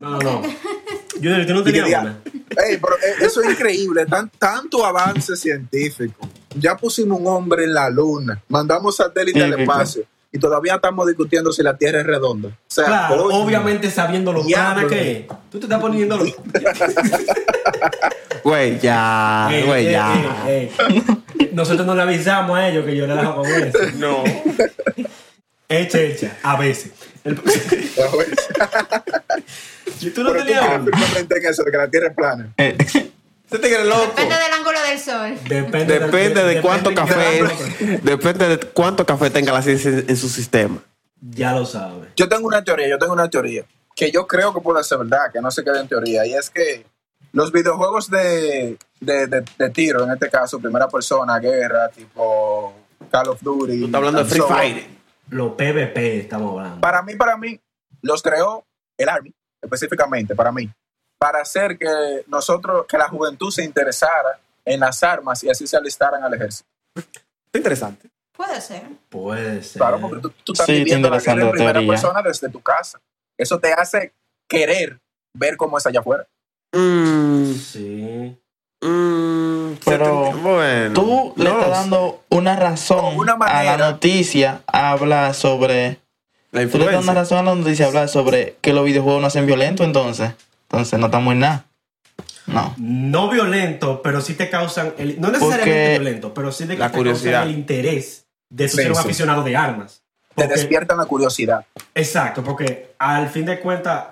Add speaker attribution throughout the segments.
Speaker 1: No, no, no. Junior, tú no
Speaker 2: Y que
Speaker 1: tenías
Speaker 2: diga,
Speaker 1: una.
Speaker 2: "Ey, pero eh, eso es increíble, tan- tanto avance científico. Ya pusimos un hombre en la luna, mandamos satélite al
Speaker 3: Sí,
Speaker 2: espacio y todavía estamos discutiendo si la Tierra es redonda. O sea,
Speaker 1: Claro,
Speaker 2: coño.
Speaker 1: obviamente sabiendo lo cana
Speaker 2: Diablo.
Speaker 1: que es. Tú te estás poniendo lo.
Speaker 3: Güey, ya,
Speaker 2: Ah,
Speaker 1: Eh,
Speaker 3: güey,
Speaker 1: eh,
Speaker 3: ya.
Speaker 1: eh, eh. Nosotros no le avisamos a ellos que yo le daba con eso.
Speaker 4: No.
Speaker 1: Hecha, hecha, a veces. El-
Speaker 2: A ver,
Speaker 1: tú no
Speaker 2: Pero tú
Speaker 1: tenías
Speaker 2: crees
Speaker 1: una.
Speaker 2: firmemente en eso, de que la Tierra es plana.
Speaker 3: Eh, Este tigre es loco.
Speaker 5: Depende del ángulo del sol.
Speaker 1: Depende, del-
Speaker 3: Depende de cuánto
Speaker 1: depende
Speaker 3: café,
Speaker 1: de cuánto-
Speaker 3: depende de cuánto café tenga la ciencia en en su sistema.
Speaker 1: Ya lo sabes.
Speaker 2: Yo tengo una teoría, yo tengo una teoría que yo creo que puede ser verdad, que no se quede en teoría, y es que los videojuegos de, de, de- de tiro, en este caso, primera persona, guerra, tipo Call of Duty.
Speaker 3: Tú estás hablando de Free
Speaker 2: Solo,
Speaker 3: Fire.
Speaker 1: Los PvP estamos hablando.
Speaker 2: Para mí, para mí, los creó el Army, específicamente, para mí, para hacer que nosotros, que la juventud se interesara en las armas y así se alistaran al ejército.
Speaker 3: Está interesante.
Speaker 5: Puede ser.
Speaker 1: Puede ser.
Speaker 2: Claro, porque tú, tú estás
Speaker 4: Sí, está
Speaker 2: viviendo la guerra en
Speaker 4: interesante
Speaker 2: primera
Speaker 4: teoría.
Speaker 2: persona desde tu casa. Eso te hace querer ver cómo es allá afuera.
Speaker 3: Mm,
Speaker 1: Sí.
Speaker 3: mm,
Speaker 4: Pero,
Speaker 3: setenta- bueno,
Speaker 4: Tú le
Speaker 3: Mm. no
Speaker 4: estás
Speaker 3: sé.
Speaker 4: dando una razón
Speaker 2: Una
Speaker 4: a la
Speaker 2: manera.
Speaker 4: noticia a hablar sobre.
Speaker 3: la
Speaker 4: Tú le estás dando
Speaker 3: influencia.
Speaker 4: una razón a la noticia a hablar sobre que los videojuegos no hacen violentos, entonces. Entonces no estamos en nada. No.
Speaker 1: No violento, pero sí te causan. El, no necesariamente
Speaker 4: Porque
Speaker 1: violento, pero sí te,
Speaker 3: la
Speaker 1: te
Speaker 3: curiosidad.
Speaker 1: causan el interés de tu
Speaker 2: Sí,
Speaker 1: ser un
Speaker 2: sí.
Speaker 1: aficionado de armas.
Speaker 2: Te
Speaker 1: Porque-
Speaker 2: despiertan la curiosidad.
Speaker 1: Exacto, porque al fin de cuentas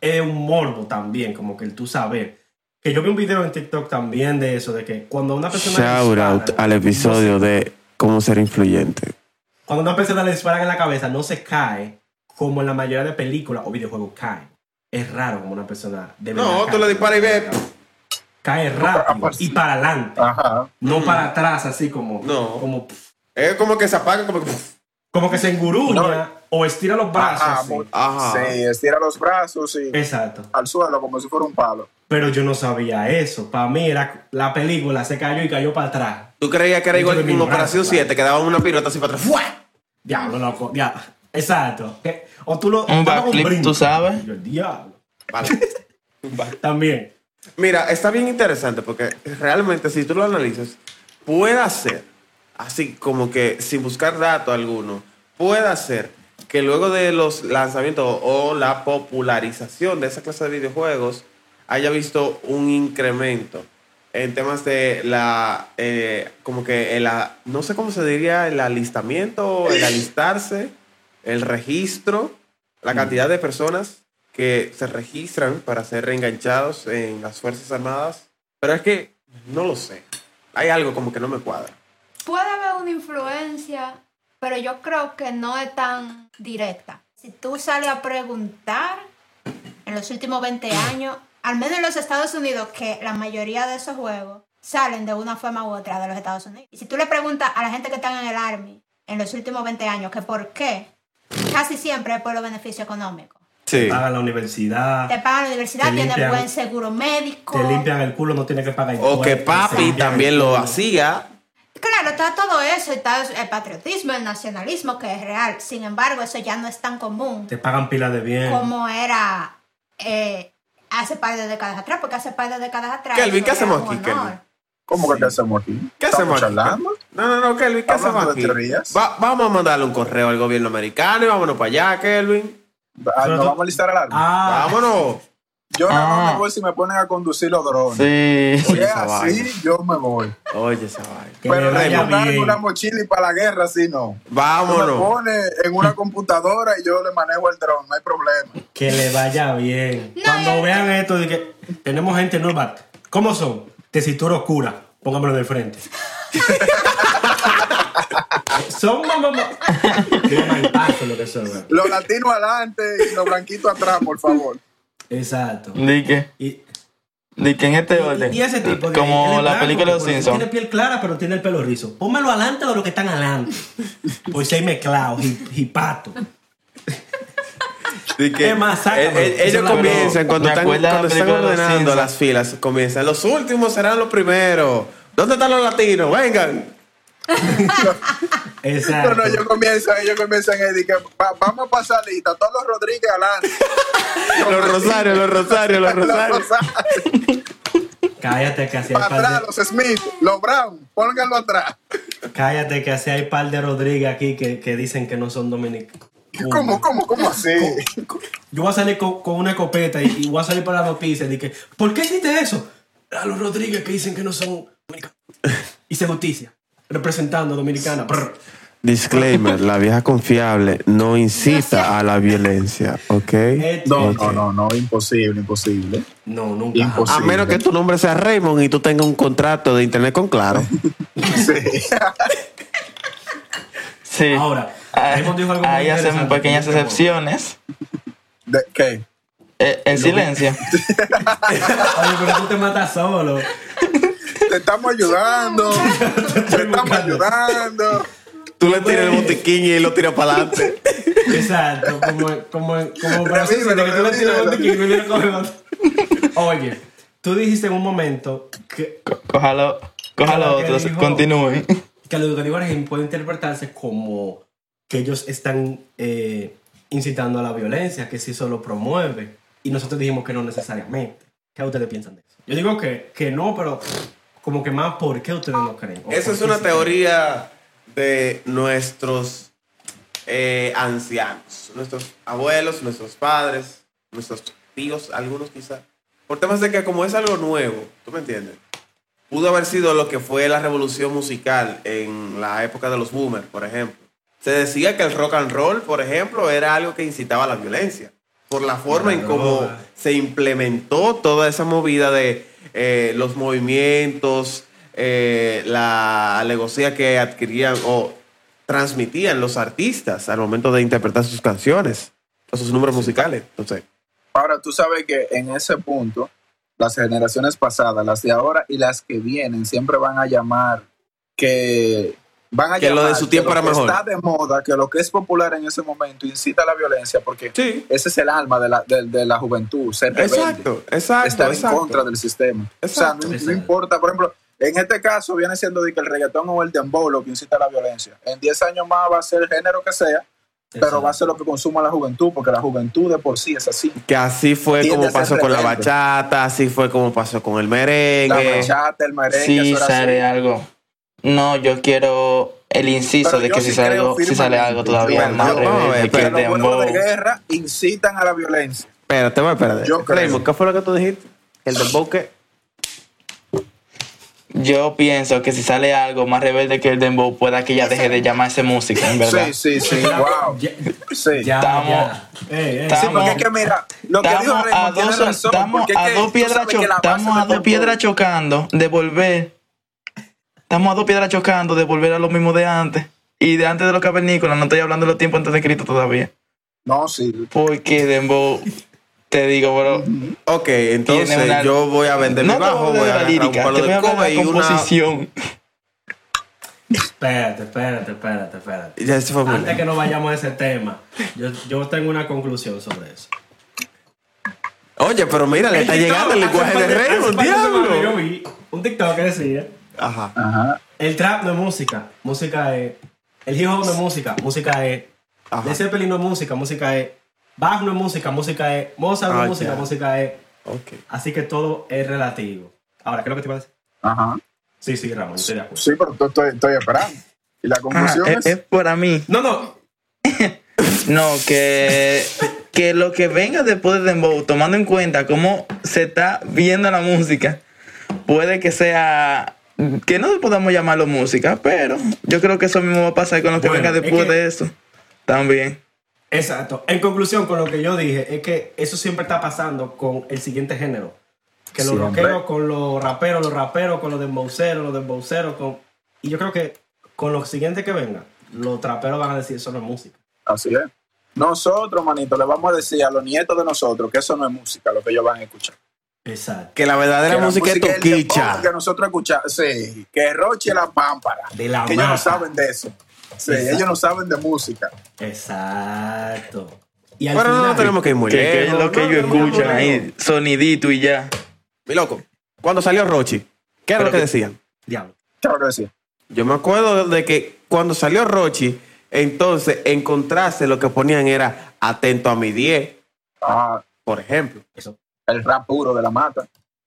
Speaker 1: es un morbo también, como que el tú saber. Que yo vi un video en TikTok también de eso, de que cuando una persona.
Speaker 3: Shout
Speaker 1: dispara,
Speaker 3: out al
Speaker 1: no
Speaker 3: episodio
Speaker 1: se-
Speaker 3: de cómo ser influyente.
Speaker 1: Cuando una persona le disparan en la cabeza, no se cae como en la mayoría de películas o videojuegos cae. Es raro como una persona. De
Speaker 3: No,
Speaker 1: verdad
Speaker 3: tú
Speaker 1: cae.
Speaker 3: le disparas y ve.
Speaker 1: Cae rápido
Speaker 2: aparte-
Speaker 1: y para adelante,
Speaker 2: Ajá.
Speaker 1: no para atrás, así como.
Speaker 3: Mm. No.
Speaker 1: Como,
Speaker 3: Es como que se apaga, como que.
Speaker 1: como que se enguruña
Speaker 2: No.
Speaker 1: o estira los brazos. Eh.
Speaker 2: Ajá,
Speaker 1: así.
Speaker 2: muy-
Speaker 3: eh. Ajá.
Speaker 2: Sí, estira los brazos y
Speaker 1: Exacto.
Speaker 2: al suelo como si fuera un palo.
Speaker 1: Pero yo no sabía eso. Para mí era la película se cayó y cayó para atrás.
Speaker 3: Tú creías que era
Speaker 1: Yo
Speaker 3: igual
Speaker 1: le
Speaker 3: que
Speaker 1: vi
Speaker 3: una
Speaker 1: un brazo,
Speaker 3: operación
Speaker 1: claro.
Speaker 3: 7, que daban una pirota así para atrás. ¡Fua!
Speaker 1: Diablo, loco. Diablo. Exacto. Que- O tú lo.
Speaker 4: Un
Speaker 1: dabas
Speaker 4: backflip,
Speaker 1: brinco.
Speaker 4: tú sabes.
Speaker 1: Yo, diablo.
Speaker 3: Vale.
Speaker 1: También.
Speaker 3: Mira, está bien interesante porque realmente si tú lo analizas, puede ser, así como que sin buscar dato alguno, puede ser que luego de los lanzamientos o la popularización de esa clase de videojuegos haya visto un incremento en temas de la, eh, como que el, a- no sé cómo se diría, el alistamiento, el alistarse, el registro, la cantidad de personas que se registran para ser reenganchados en las Fuerzas Armadas. Pero es que no lo sé. Hay algo como que no me cuadra.
Speaker 5: Puede haber una influencia, pero yo creo que no es tan directa. Si tú sales a preguntar en los últimos 20 años, al menos en los Estados Unidos, que la mayoría de esos juegos salen de una forma u otra de los Estados Unidos. Y si tú le preguntas a la gente que está en el Army en los últimos 20 años que por qué, casi siempre es por los beneficios económicos.
Speaker 3: Sí.
Speaker 1: Pagan la universidad.
Speaker 5: Te pagan la universidad,
Speaker 1: Te
Speaker 5: tienes
Speaker 1: limpian-
Speaker 5: buen seguro médico.
Speaker 1: Te limpian el culo, no tienes que pagar
Speaker 3: O que
Speaker 1: impuestos, te
Speaker 3: papi
Speaker 1: limpian
Speaker 3: también
Speaker 1: el
Speaker 3: lo
Speaker 1: culo.
Speaker 3: hacía.
Speaker 5: Claro, está todo eso, está el patriotismo, el nacionalismo, que es real. Sin embargo, eso ya no es tan común
Speaker 1: Te pagan pila de bien.
Speaker 5: como era eh, hace par de décadas atrás, porque hace par de décadas atrás.
Speaker 3: Kelvin,
Speaker 5: eso
Speaker 3: ¿qué
Speaker 5: era
Speaker 3: hacemos
Speaker 5: un
Speaker 3: aquí,
Speaker 5: honor.
Speaker 3: Kelvin?
Speaker 2: ¿Cómo que qué hacemos aquí?
Speaker 3: ¿Qué hacemos
Speaker 2: ¿Estamos
Speaker 3: aquí?
Speaker 2: charlando?
Speaker 3: No, no, no, Kelvin, ¿qué
Speaker 2: Hablando
Speaker 3: hacemos
Speaker 2: de
Speaker 3: aquí?
Speaker 2: teorías.
Speaker 3: Va- vamos a mandarle un correo al gobierno americano y vámonos para allá, Kelvin.
Speaker 2: Ah,
Speaker 1: Pero
Speaker 2: ¿Nos
Speaker 1: tú-
Speaker 2: vamos a listar al arma?
Speaker 1: Ah,
Speaker 3: Vámonos.
Speaker 2: Yo no
Speaker 4: Ah.
Speaker 2: me voy si me ponen a conducir los drones.
Speaker 4: Sí.
Speaker 2: Si es
Speaker 3: esa vaina.
Speaker 2: así, yo me voy.
Speaker 3: Oye, esa vaina.
Speaker 1: que
Speaker 2: Pero
Speaker 1: le vaya
Speaker 2: remontar
Speaker 1: bien.
Speaker 2: una mochila y para la guerra, sí, no. Tú me
Speaker 3: Vámonos.
Speaker 2: pones en una computadora y yo le manejo el dron, no hay problema.
Speaker 1: Que le vaya bien.
Speaker 5: No,
Speaker 1: Cuando
Speaker 5: yo-
Speaker 1: vean esto, de que tenemos gente nueva. ¿Cómo son? Tesitura oscura. Póngamelo de frente. son mamá. Mamá impacto lo que son. güey.
Speaker 2: Los latinos adelante y los blanquitos atrás, por favor.
Speaker 1: Exacto.
Speaker 4: Di que,
Speaker 1: Y,
Speaker 4: di que en este orden.
Speaker 1: y ese tipo de- él
Speaker 4: como
Speaker 1: es
Speaker 4: la
Speaker 1: blanco,
Speaker 4: película de los
Speaker 1: porque Tiene
Speaker 4: Simpsons.
Speaker 1: piel clara, pero tiene el pelo rizo. Pónmelo adelante de los que están adelante. Pues hay mezclado, hipato.
Speaker 3: Di que-
Speaker 1: Es más, sácalo.
Speaker 3: Eh, eh,
Speaker 1: Eso
Speaker 3: ellos
Speaker 1: es la
Speaker 3: comienzan cuando
Speaker 4: ¿Te
Speaker 3: están,
Speaker 4: acuerdas
Speaker 3: cuando
Speaker 4: la
Speaker 3: están
Speaker 4: película de los
Speaker 3: ordenando
Speaker 4: Simpsons?
Speaker 3: las filas. Comienzan. Los últimos serán los primeros. ¿Dónde están los latinos? Vengan.
Speaker 1: Exacto.
Speaker 2: No, no, yo comienzo, ellos comienzan a decir que va- vamos a pasar lista, todos los Rodríguez adelante.
Speaker 3: Los rosarios, los rosarios, los rosarios.
Speaker 2: Rosales,
Speaker 1: Cállate que así hay
Speaker 2: para
Speaker 1: par
Speaker 2: atrás,
Speaker 1: de-
Speaker 2: los Smith, los Brown, pónganlo atrás.
Speaker 1: Cállate que así hay par de Rodríguez aquí que, que dicen que no son dominicanos.
Speaker 2: ¿Cómo, cómo, cómo así?
Speaker 1: Yo voy a salir con, con una copeta y, y voy a salir para la noticia. Y que, ¿por qué hiciste eso? A los Rodríguez que dicen que no son dominicanos. Hice justicia. Representando a Dominicana. Brr.
Speaker 3: Disclaimer, la vieja confiable no incita a la violencia, ¿ok?
Speaker 1: Et-
Speaker 2: No,
Speaker 1: et-
Speaker 2: no, no, no, imposible, imposible.
Speaker 1: Eh, No, nunca.
Speaker 2: Imposible.
Speaker 3: A menos que tu nombre sea Raymond y tú tengas un contrato de internet con Claro.
Speaker 2: Sí.
Speaker 4: Sí.
Speaker 1: Ahora,
Speaker 4: Ah,
Speaker 1: Raymond dijo algo muy
Speaker 4: ahí hacemos
Speaker 1: interesante.
Speaker 4: pequeñas
Speaker 1: Tiene que-
Speaker 4: excepciones.
Speaker 2: ¿De qué?
Speaker 4: Eh, en silencio.
Speaker 1: Oye, pero tú te matas solo.
Speaker 2: Te estamos ayudando, te estamos ayudando.
Speaker 3: Tú le tiras el botiquín y lo tiras para adelante.
Speaker 1: Exacto. Como, como, como para que tú
Speaker 2: Revívelo,
Speaker 1: le tiras
Speaker 2: revívelo.
Speaker 1: el botiquín y le coges otro. Oye, tú dijiste en un momento que
Speaker 4: Co- Cójalo,
Speaker 1: Claro
Speaker 4: cójalo
Speaker 1: que
Speaker 4: otros,
Speaker 1: dijo.
Speaker 4: continúen.
Speaker 1: que lo educativo régimen puede interpretarse como que ellos están eh, incitando a la violencia, que si eso lo promueve. Y nosotros dijimos que no necesariamente. ¿Qué ustedes piensan de eso? Yo digo que, que no, pero como que más, ¿por qué ustedes no creen? ¿O
Speaker 3: Esa
Speaker 1: por
Speaker 3: es
Speaker 1: qué
Speaker 3: una
Speaker 1: sí
Speaker 3: teoría de nuestros eh, ancianos, nuestros abuelos, nuestros padres, nuestros tíos, algunos quizá. Por temas de que como es algo nuevo, ¿tú me entiendes? Pudo haber sido lo que fue la revolución musical en la época de los boomers, por ejemplo. Se decía que el rock and roll, por ejemplo, era algo que incitaba a la violencia. Por la forma en cómo
Speaker 1: droga.
Speaker 3: se implementó toda esa movida de eh, los movimientos, eh, la alegosía que adquirían o transmitían los artistas al momento de interpretar sus canciones o sus números musicales. Entonces,
Speaker 2: Ahora, tú sabes que en ese punto, las generaciones pasadas, las de ahora y las que vienen, siempre van a llamar que van a
Speaker 3: Que lo
Speaker 2: llamar
Speaker 3: de su tiempo
Speaker 2: que lo
Speaker 3: era
Speaker 2: que
Speaker 3: mejor.
Speaker 2: Está de moda, que lo que es popular en ese momento incita a la violencia, porque
Speaker 3: sí,
Speaker 2: ese es el alma de la, de, de la juventud, ser rebelde,
Speaker 3: exacto, exacto,
Speaker 2: estar
Speaker 3: exacto.
Speaker 2: en contra del sistema. O
Speaker 3: Exacto.
Speaker 2: sea, no- no,
Speaker 1: Exacto.
Speaker 2: importa, por ejemplo, en este caso viene siendo de que el reggaetón o el dembow lo que incita a la violencia. En 10 años más va a ser el género que sea,
Speaker 1: es
Speaker 2: pero va a
Speaker 1: eso?
Speaker 2: ser lo que consuma la juventud, porque la juventud de por sí es así.
Speaker 3: Que así fue
Speaker 2: Tiende
Speaker 3: como
Speaker 2: a ser
Speaker 3: pasó con la
Speaker 2: rebelde.
Speaker 3: bachata, así fue como pasó con el
Speaker 2: La
Speaker 3: merengue.
Speaker 2: bachata, el merengue,
Speaker 4: Si
Speaker 2: eso era
Speaker 4: sale
Speaker 2: así.
Speaker 4: algo. No, yo quiero el inciso
Speaker 2: Pero
Speaker 4: de
Speaker 2: yo
Speaker 4: que
Speaker 2: sí
Speaker 4: si sale,
Speaker 2: creo
Speaker 4: algo, si sale
Speaker 2: firmemente.
Speaker 4: algo todavía
Speaker 3: Bueno,
Speaker 4: más
Speaker 3: yo- vamos a
Speaker 4: rebelde
Speaker 3: ver,
Speaker 4: que
Speaker 2: eh, Pero
Speaker 4: el
Speaker 2: los
Speaker 4: dembow.
Speaker 2: juegos de guerra incitan a la violencia.
Speaker 3: Espérate, voy a perder.
Speaker 2: Yo creo.
Speaker 3: Raymond, ¿Qué fue lo que tú dijiste? El dembow que...
Speaker 4: Yo pienso que si sale algo más rebelde que el dembow, pueda que ya deje de llamarse música, en verdad.
Speaker 2: Sí, sí, sí, wow.
Speaker 1: Ya,
Speaker 2: Sí.
Speaker 1: ya,
Speaker 4: Estamos-
Speaker 1: ya. Ey, ey,
Speaker 2: Sí,
Speaker 4: estamos-
Speaker 2: porque es que mira, lo que dijo
Speaker 4: Estamos a
Speaker 2: Raymond tiene
Speaker 4: dos,
Speaker 2: razón.
Speaker 4: estamos
Speaker 2: porque es
Speaker 4: a
Speaker 2: que
Speaker 4: dos
Speaker 2: tú
Speaker 4: piedras
Speaker 2: sabes que
Speaker 4: cho-
Speaker 2: la base
Speaker 4: estamos a
Speaker 2: del
Speaker 4: dos piedras chocando de volver. Estamos a dos piedras chocando de volver a lo mismo de antes. Y de antes de los cavernícolas, no estoy hablando de los tiempos antes de Cristo todavía.
Speaker 2: No, sí.
Speaker 4: Porque Dembow, te digo, bro,
Speaker 3: Ok, entonces
Speaker 4: Tiene una-
Speaker 3: yo voy a vender mi
Speaker 4: no te
Speaker 3: bajo,
Speaker 4: voy
Speaker 3: voy a
Speaker 4: a hablar
Speaker 3: agarrar
Speaker 4: de la
Speaker 3: un
Speaker 4: lírica,
Speaker 3: palo
Speaker 4: te voy a
Speaker 3: de
Speaker 4: hablar
Speaker 3: coba
Speaker 4: de
Speaker 3: y
Speaker 4: la
Speaker 3: una...
Speaker 4: composición.
Speaker 1: Espérate, espérate, espérate, espérate.
Speaker 3: Ya se fue muy
Speaker 1: Antes
Speaker 3: lejos.
Speaker 1: que no vayamos a ese tema, yo, yo tengo una conclusión sobre eso.
Speaker 3: Oye, pero mira, le está
Speaker 1: El TikTok,
Speaker 3: llegando el lenguaje
Speaker 1: hace
Speaker 3: de
Speaker 1: par hace
Speaker 3: Raymond,
Speaker 1: par de semanas Yo
Speaker 3: diablo.
Speaker 1: vi un TikTok que decía,
Speaker 3: Ajá.
Speaker 4: Ah,
Speaker 2: Ajá.
Speaker 1: el trap no es música, música es... El hip hop no es música, música es...
Speaker 3: Ajá.
Speaker 1: Led Zeppelin no es música, música es... Bach no es música, música es... Mozart no
Speaker 3: Ah,
Speaker 1: es música,
Speaker 3: ya.
Speaker 1: música es...
Speaker 3: Ok.
Speaker 1: Así que todo es relativo. Ahora, ¿qué es lo que te iba a decir?
Speaker 2: Ajá.
Speaker 1: Sí, sí, Ramón, estoy de acuerdo.
Speaker 2: Sí, pero yo estoy, estoy esperando. Y la
Speaker 4: Ah,
Speaker 2: conclusión
Speaker 4: es,
Speaker 2: es.
Speaker 4: es para mí.
Speaker 1: No, no,
Speaker 4: No, que, que lo que venga después de Dembow, tomando en cuenta cómo se está viendo la música, puede que sea. Que no podamos llamarlo música, pero yo creo que eso mismo va a pasar con lo que
Speaker 1: Bueno,
Speaker 4: venga
Speaker 1: es
Speaker 4: después
Speaker 1: que-
Speaker 4: de eso. También.
Speaker 1: Exacto. En conclusión, con lo que yo dije, es que eso siempre está pasando con el siguiente género. Que los
Speaker 2: Siempre.
Speaker 1: rockeros con los raperos, los raperos con los dembowceros, los dembowceros con... Y yo creo que con los siguientes que vengan, los traperos van a decir, eso no es música.
Speaker 2: Así es. Nosotros, manito, le vamos a decir a los nietos de nosotros que eso no es música, lo que ellos van a escuchar.
Speaker 1: Exacto.
Speaker 3: Que la verdadera
Speaker 2: que la
Speaker 3: música es
Speaker 2: música el
Speaker 3: toquicha.
Speaker 2: dembow Que nosotros escuchamos. Sí, que Roche la pámpara.
Speaker 1: De la
Speaker 2: que ellos no
Speaker 1: mata.
Speaker 2: saben de eso. Sí,
Speaker 1: Exacto.
Speaker 2: ellos no saben de música.
Speaker 1: Exacto. Y al
Speaker 3: Pero no,
Speaker 1: final-
Speaker 3: no tenemos que ir muy
Speaker 4: Que, que es
Speaker 3: lejos.
Speaker 4: lo que
Speaker 3: no,
Speaker 4: ellos
Speaker 3: no, no,
Speaker 4: escuchan
Speaker 3: no, no.
Speaker 4: ahí, sonidito y ya.
Speaker 3: Mi loco, cuando salió Rochi, ¿qué era
Speaker 4: Pero
Speaker 3: lo que
Speaker 4: que-
Speaker 3: decían?
Speaker 1: Diablo.
Speaker 2: Claro que sí.
Speaker 3: Yo me acuerdo de que cuando salió Rochi, entonces en contraste lo que ponían era atento a mi 10,
Speaker 2: Ah,
Speaker 3: por ejemplo.
Speaker 1: Eso.
Speaker 2: el rap puro de la mata.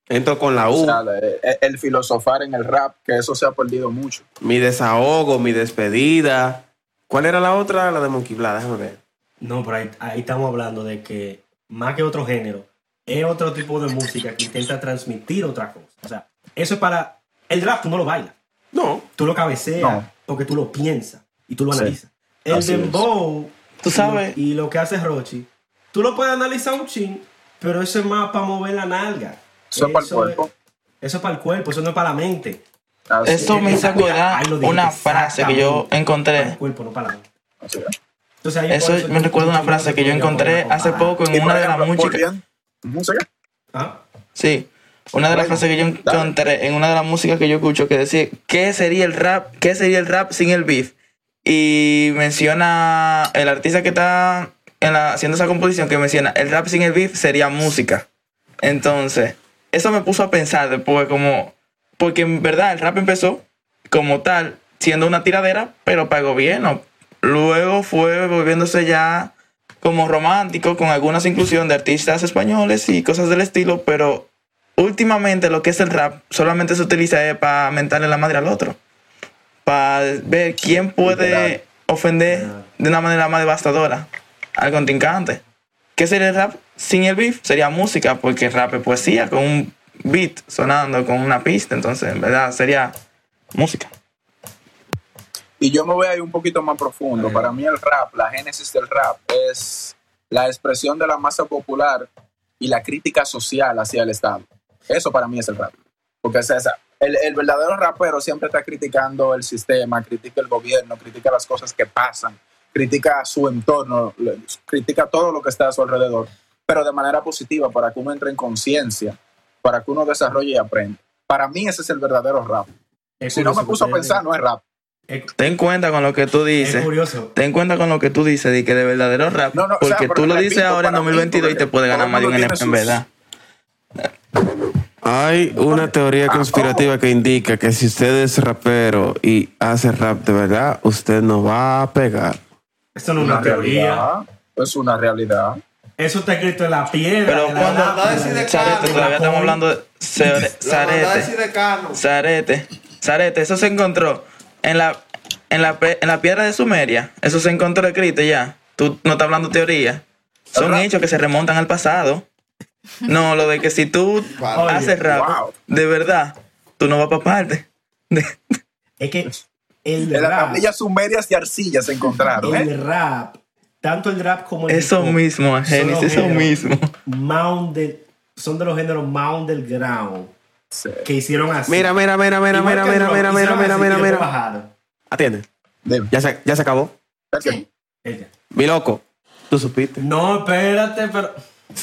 Speaker 3: Entro con la
Speaker 2: O
Speaker 3: U,
Speaker 2: sea, el, el filosofar en el rap, que eso se ha perdido mucho.
Speaker 3: mi desahogo, mi despedida. ¿Cuál era la otra? La de Monkey Blah, déjame ver.
Speaker 1: No, pero ahí, ahí estamos hablando de que más que otro género, es otro tipo de música que intenta transmitir otra cosa. O sea, eso es para... El rap tú no lo bailas,
Speaker 3: No,
Speaker 1: tú lo cabeceas
Speaker 2: No.
Speaker 1: porque tú lo piensas y tú lo
Speaker 3: Sí.
Speaker 1: analizas. El
Speaker 3: Así es.
Speaker 1: dembow
Speaker 4: Tú sabes.
Speaker 1: y lo que hace Rochi, tú lo puedes analizar un chin, pero eso es más para mover la nalga.
Speaker 2: Eso es para el cuerpo.
Speaker 1: Eso es para el cuerpo, eso no es para la mente.
Speaker 2: Así
Speaker 4: Eso
Speaker 2: es,
Speaker 4: me hizo acordar
Speaker 1: Ahí lo dije,
Speaker 4: una frase que yo
Speaker 1: exactamente. Para el
Speaker 4: encontré.
Speaker 1: cuerpo, no para la mente.
Speaker 2: así es.
Speaker 1: Entonces, ahí por
Speaker 4: Eso me
Speaker 1: tú-
Speaker 4: recuerda
Speaker 1: tú
Speaker 4: una
Speaker 1: no
Speaker 4: frase
Speaker 1: te
Speaker 4: que yo
Speaker 1: podías
Speaker 4: encontré
Speaker 1: poner a
Speaker 4: hace
Speaker 1: comparar.
Speaker 4: poco
Speaker 2: Y
Speaker 4: en
Speaker 2: por
Speaker 4: una de las
Speaker 2: ejemplo,
Speaker 4: músicas.
Speaker 2: volviendo- ¿Música?
Speaker 1: Ah,
Speaker 4: Sí. Una de las
Speaker 2: Bueno,
Speaker 4: frases que yo
Speaker 2: dale.
Speaker 4: encontré en una de las músicas que yo escucho que decía, ¿qué sería el rap? ¿Qué sería el rap sin el beef? Y menciona el artista que está en la- haciendo esa composición que menciona, el rap sin el beef sería música. Entonces, eso me puso a pensar después como, porque en verdad el rap empezó como tal, siendo una tiradera, pero para el gobierno. Luego fue volviéndose ya como romántico, con algunas inclusión de artistas españoles y cosas del estilo, pero últimamente lo que es el rap solamente se utiliza para mentarle la madre al otro, para ver quién
Speaker 2: Literal.
Speaker 4: puede ofender
Speaker 1: Literal.
Speaker 4: de una manera más devastadora al contrincante. ¿Qué sería el rap sin el beef? Sería música, porque el rap es poesía, con un beat sonando, con una pista, entonces en verdad sería música.
Speaker 2: Y yo me voy a ir un poquito más profundo. Para mí el rap, la génesis del rap, es la expresión de la masa popular y la crítica social hacia el Estado. Eso para mí es el rap. Porque es esa. El, el verdadero rapero siempre está criticando el sistema, critica el gobierno, critica las cosas que pasan, critica su entorno, le- critica todo lo que está a su alrededor, pero de manera positiva para que uno entre en conciencia, para que uno desarrolle y aprenda. Para mí ese es el verdadero rap.
Speaker 1: es
Speaker 2: Si no
Speaker 1: curioso
Speaker 2: me puso a
Speaker 1: que ustedes-
Speaker 2: pensar, no es rap.
Speaker 1: Es,
Speaker 4: Ten cuenta con lo que tú
Speaker 1: es
Speaker 4: dices.
Speaker 1: curioso.
Speaker 4: Ten cuenta con lo que tú dices de que de verdadero rap,
Speaker 2: No, no, o sea,
Speaker 4: porque
Speaker 2: pero
Speaker 4: tú lo
Speaker 2: repito,
Speaker 4: dices ahora en
Speaker 2: para mí,
Speaker 4: 2022 y te
Speaker 2: porque
Speaker 4: puede ganar
Speaker 2: todo
Speaker 4: más de un
Speaker 2: mundo
Speaker 4: en,
Speaker 2: tiene
Speaker 4: en
Speaker 2: sus-
Speaker 4: verdad.
Speaker 3: Hay una teoría conspirativa que indica que si usted es rapero y hace rap de verdad, usted no va a pegar.
Speaker 1: Esto no es una teoría.
Speaker 2: realidad. Es una realidad.
Speaker 1: Eso está escrito en la piedra.
Speaker 4: Pero
Speaker 1: en la
Speaker 4: cuando
Speaker 1: lápida.
Speaker 4: Zarete, todavía estamos hablando de Zare- Zarete.
Speaker 3: Carlos.
Speaker 4: Zarete. Zarete, eso se encontró en la, en la, pe- en la piedra de Sumeria. Eso se encontró escrito ya. Tú no estás hablando teoría. Son
Speaker 2: Ahora-
Speaker 4: hechos que se remontan al pasado. No, lo de que si tú
Speaker 1: Vale.
Speaker 4: haces rap,
Speaker 2: Wow.
Speaker 4: de verdad, tú no vas para parte.
Speaker 1: Es que el
Speaker 2: En las
Speaker 1: rap,
Speaker 2: tablillas sumerias y arcillas se encontraron. ¿eh?
Speaker 1: el rap, tanto el rap como el
Speaker 4: Eso
Speaker 1: hip hop,
Speaker 4: mismo,
Speaker 1: son
Speaker 4: Agenis,
Speaker 1: los
Speaker 4: eso
Speaker 1: géneros
Speaker 4: mismo.
Speaker 1: más under- son de los géneros más underground
Speaker 2: Sí.
Speaker 1: que hicieron así.
Speaker 3: Mira, mira, mira, mira,
Speaker 1: Igual
Speaker 3: mira,
Speaker 1: que
Speaker 3: mira,
Speaker 1: el rock,
Speaker 3: mira, mira,
Speaker 1: hicieron
Speaker 3: mira,
Speaker 1: así
Speaker 3: mira,
Speaker 1: y después
Speaker 3: mira.
Speaker 1: bajaron.
Speaker 3: Atiende.
Speaker 2: Dime.
Speaker 3: Ya se, ya se acabó.
Speaker 5: Sí.
Speaker 1: Ella.
Speaker 3: Mi loco, tú supiste.
Speaker 1: No, espérate, pero.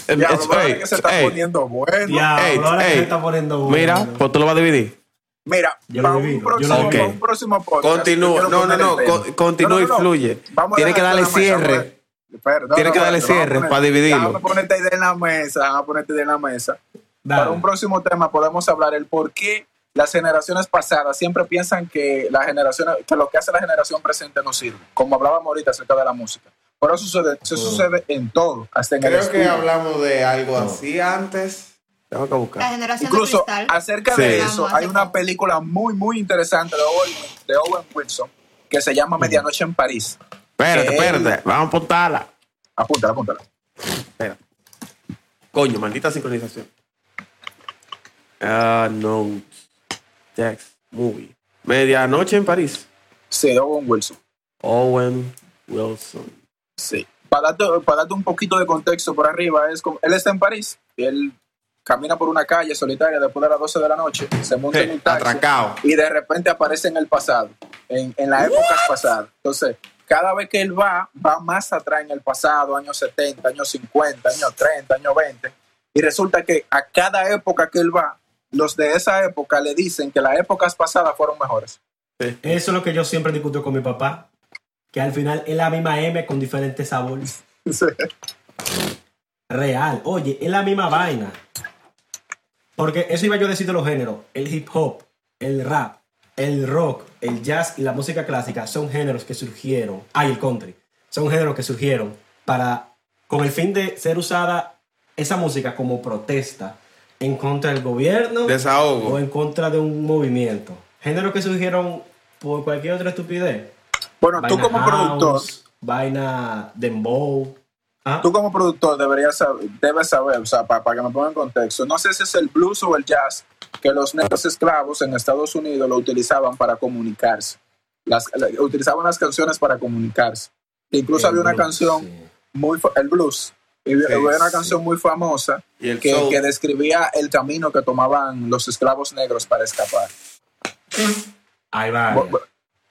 Speaker 3: Em,
Speaker 2: Ya,
Speaker 3: es-
Speaker 2: bro,
Speaker 3: ey,
Speaker 2: que se está
Speaker 3: ey,
Speaker 2: poniendo bueno.
Speaker 1: Diablo,
Speaker 3: ey,
Speaker 1: ahora que
Speaker 3: ey.
Speaker 1: se está poniendo bueno.
Speaker 3: Mira, pues tú lo vas a dividir.
Speaker 2: Mira,
Speaker 1: Yo lo
Speaker 2: para un,
Speaker 1: divido, yo
Speaker 2: próximo,
Speaker 1: lo
Speaker 3: divido.
Speaker 2: para un próximo podcast.
Speaker 3: Continúa.
Speaker 2: yo quiero
Speaker 3: No,
Speaker 2: poner
Speaker 3: no,
Speaker 2: el
Speaker 3: no,
Speaker 2: tema.
Speaker 3: con- continúa y fluye.
Speaker 2: Vamos a
Speaker 3: Tiene que
Speaker 2: dejar
Speaker 3: darle
Speaker 2: esto en la mesa,
Speaker 3: cierre.
Speaker 2: bro. Espera, no,
Speaker 3: Tiene que
Speaker 2: no, espérate,
Speaker 3: darle
Speaker 2: vamos a
Speaker 3: cierre
Speaker 2: poner-
Speaker 3: para dividirlo.
Speaker 2: Vamos a ponerte idea en la mesa. Vamos a ponerte idea en la mesa.
Speaker 1: Dale.
Speaker 2: Para un próximo tema podemos hablar el por qué las generaciones pasadas siempre piensan que, la generación, que lo que hace la generación presente no sirve, como hablábamos ahorita acerca de la música. Pero eso sucede, eso sucede en todo, hasta en el estudio.
Speaker 3: hablamos de algo así antes. Tengo que
Speaker 5: La
Speaker 3: buscar.
Speaker 5: generación de
Speaker 2: Incluso
Speaker 5: cristal.
Speaker 2: acerca
Speaker 3: Sí.
Speaker 2: de eso,
Speaker 5: Vamos a
Speaker 2: hay
Speaker 5: hacer
Speaker 2: una
Speaker 5: como-
Speaker 2: película muy, muy interesante de Owen, de Owen Wilson que se llama Medianoche en París.
Speaker 3: Espérate,
Speaker 2: Ey.
Speaker 3: espérate. Vamos a apuntarla.
Speaker 2: Apúntala, apúntala.
Speaker 3: Espera. Coño, maldita sincronización. Ah, no. Jax, movie. Medianoche en París.
Speaker 2: Sí, de Owen Wilson.
Speaker 3: Owen Wilson.
Speaker 2: Sí. Para darte, para darte un poquito de contexto por arriba, es como, él está en París, y él camina por una calle solitaria después de las 12 de la noche, se monta en un taxi.
Speaker 3: Atracado.
Speaker 2: y de repente aparece en el pasado, en, en las épocas pasadas. Entonces, cada vez que él va, va más atrás en el pasado, años 70, años 50, años 30, años 20. Y resulta que a cada época que él va, los de esa época le dicen que las épocas pasadas fueron mejores.
Speaker 1: Eso es lo que yo siempre discuto con mi papá. Que al final es la misma M con diferentes sabores. Real. Oye, es la misma vaina. Porque eso iba yo a decir de los géneros. El hip hop, el rap, el rock, el jazz y la música clásica son géneros que surgieron, ah, y el country, son géneros que surgieron para, con el fin de ser usada esa música como protesta en contra del gobierno o
Speaker 3: Desahogo.
Speaker 1: en contra de un movimiento. Géneros que surgieron por cualquier otra estupidez.
Speaker 2: Bueno, tú como productor,
Speaker 1: house, Vaina dembow. Ah,
Speaker 2: tú como productor deberías saber, debes saber, o sea, para, que me ponga en contexto, no sé si es el blues o el jazz que los negros esclavos en Estados Unidos lo utilizaban para comunicarse. Las, la- utilizaban las canciones para comunicarse. Incluso
Speaker 1: el
Speaker 2: había una
Speaker 1: blues,
Speaker 2: canción
Speaker 1: sí.
Speaker 2: muy fa- el blues. Y había una
Speaker 3: sí.
Speaker 2: canción muy famosa
Speaker 3: Y el
Speaker 2: que,
Speaker 3: soul.
Speaker 2: que describía el camino que tomaban los esclavos negros para escapar.
Speaker 1: Hay varias.
Speaker 2: Bu- bu-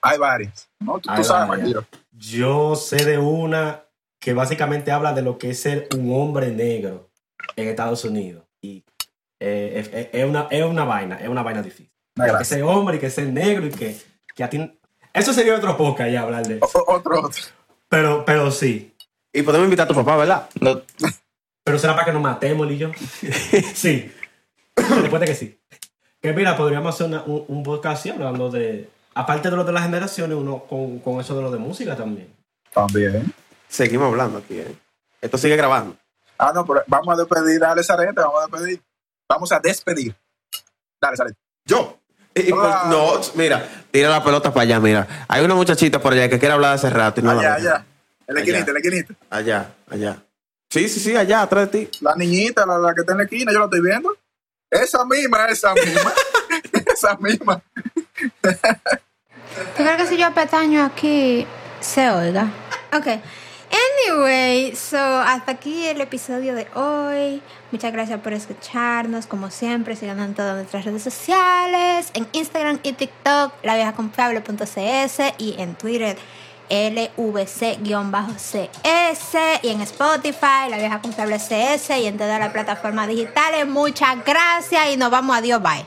Speaker 2: Hay varias. ¿no? Tú,
Speaker 1: Ah, Hay
Speaker 2: tú sabes,
Speaker 1: varias.
Speaker 2: Maquiro.
Speaker 1: Yo sé de una que básicamente habla de lo que es ser un hombre negro en Estados Unidos. Y eh, es, es- es una, es una vaina, es una vaina difícil.
Speaker 2: Una
Speaker 1: Que
Speaker 2: gracia.
Speaker 1: ser hombre y que ser negro y que, que a ti... Eso sería otro podcast ya hablar de eso.
Speaker 2: O- o- Otro, otro.
Speaker 1: Pero, pero sí.
Speaker 3: Y podemos invitar a tu papá, ¿verdad?
Speaker 4: Lo-
Speaker 1: Pero será para que nos matemos, él y yo. sí. Después de que sí. Que mira, podríamos hacer una- un, un podcast así hablando de... Aparte de lo de las generaciones, uno con, con eso de lo de música también.
Speaker 2: También.
Speaker 3: Seguimos hablando aquí, ¿eh? Esto sigue grabando.
Speaker 2: Ah, no, pero vamos a despedir. Dale, Sarete, vamos a despedir. Vamos a despedir. Dale, Sarete.
Speaker 3: Yo. Y, y pues,
Speaker 2: Ah.
Speaker 3: no, mira, tira la pelota para allá, mira. Hay una muchachita por allá que quiere hablar hace rato y no
Speaker 2: Allá,
Speaker 3: la deja.
Speaker 2: allá. En la
Speaker 3: Allá.
Speaker 2: esquinita, en la esquinita.
Speaker 3: Allá, allá. Sí, sí, sí, allá, atrás de ti.
Speaker 2: La niñita, la, la que está en la esquina, yo la estoy viendo. Esa misma, esa misma. esa misma.
Speaker 5: ¿Tú crees que si yo petaño aquí se oiga? Ok. Anyway, so hasta aquí el episodio de hoy. Muchas gracias por escucharnos. Como siempre, sigan en todas nuestras redes sociales, en Instagram y TikTok, laviejaconfiable.cs y en Twitter, LVC-CS y en Spotify, La Vieja Confiable CS y en todas las plataformas digitales. Muchas gracias y nos vamos. Adiós, bye.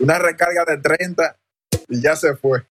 Speaker 2: Una recarga de 30 y ya se fue.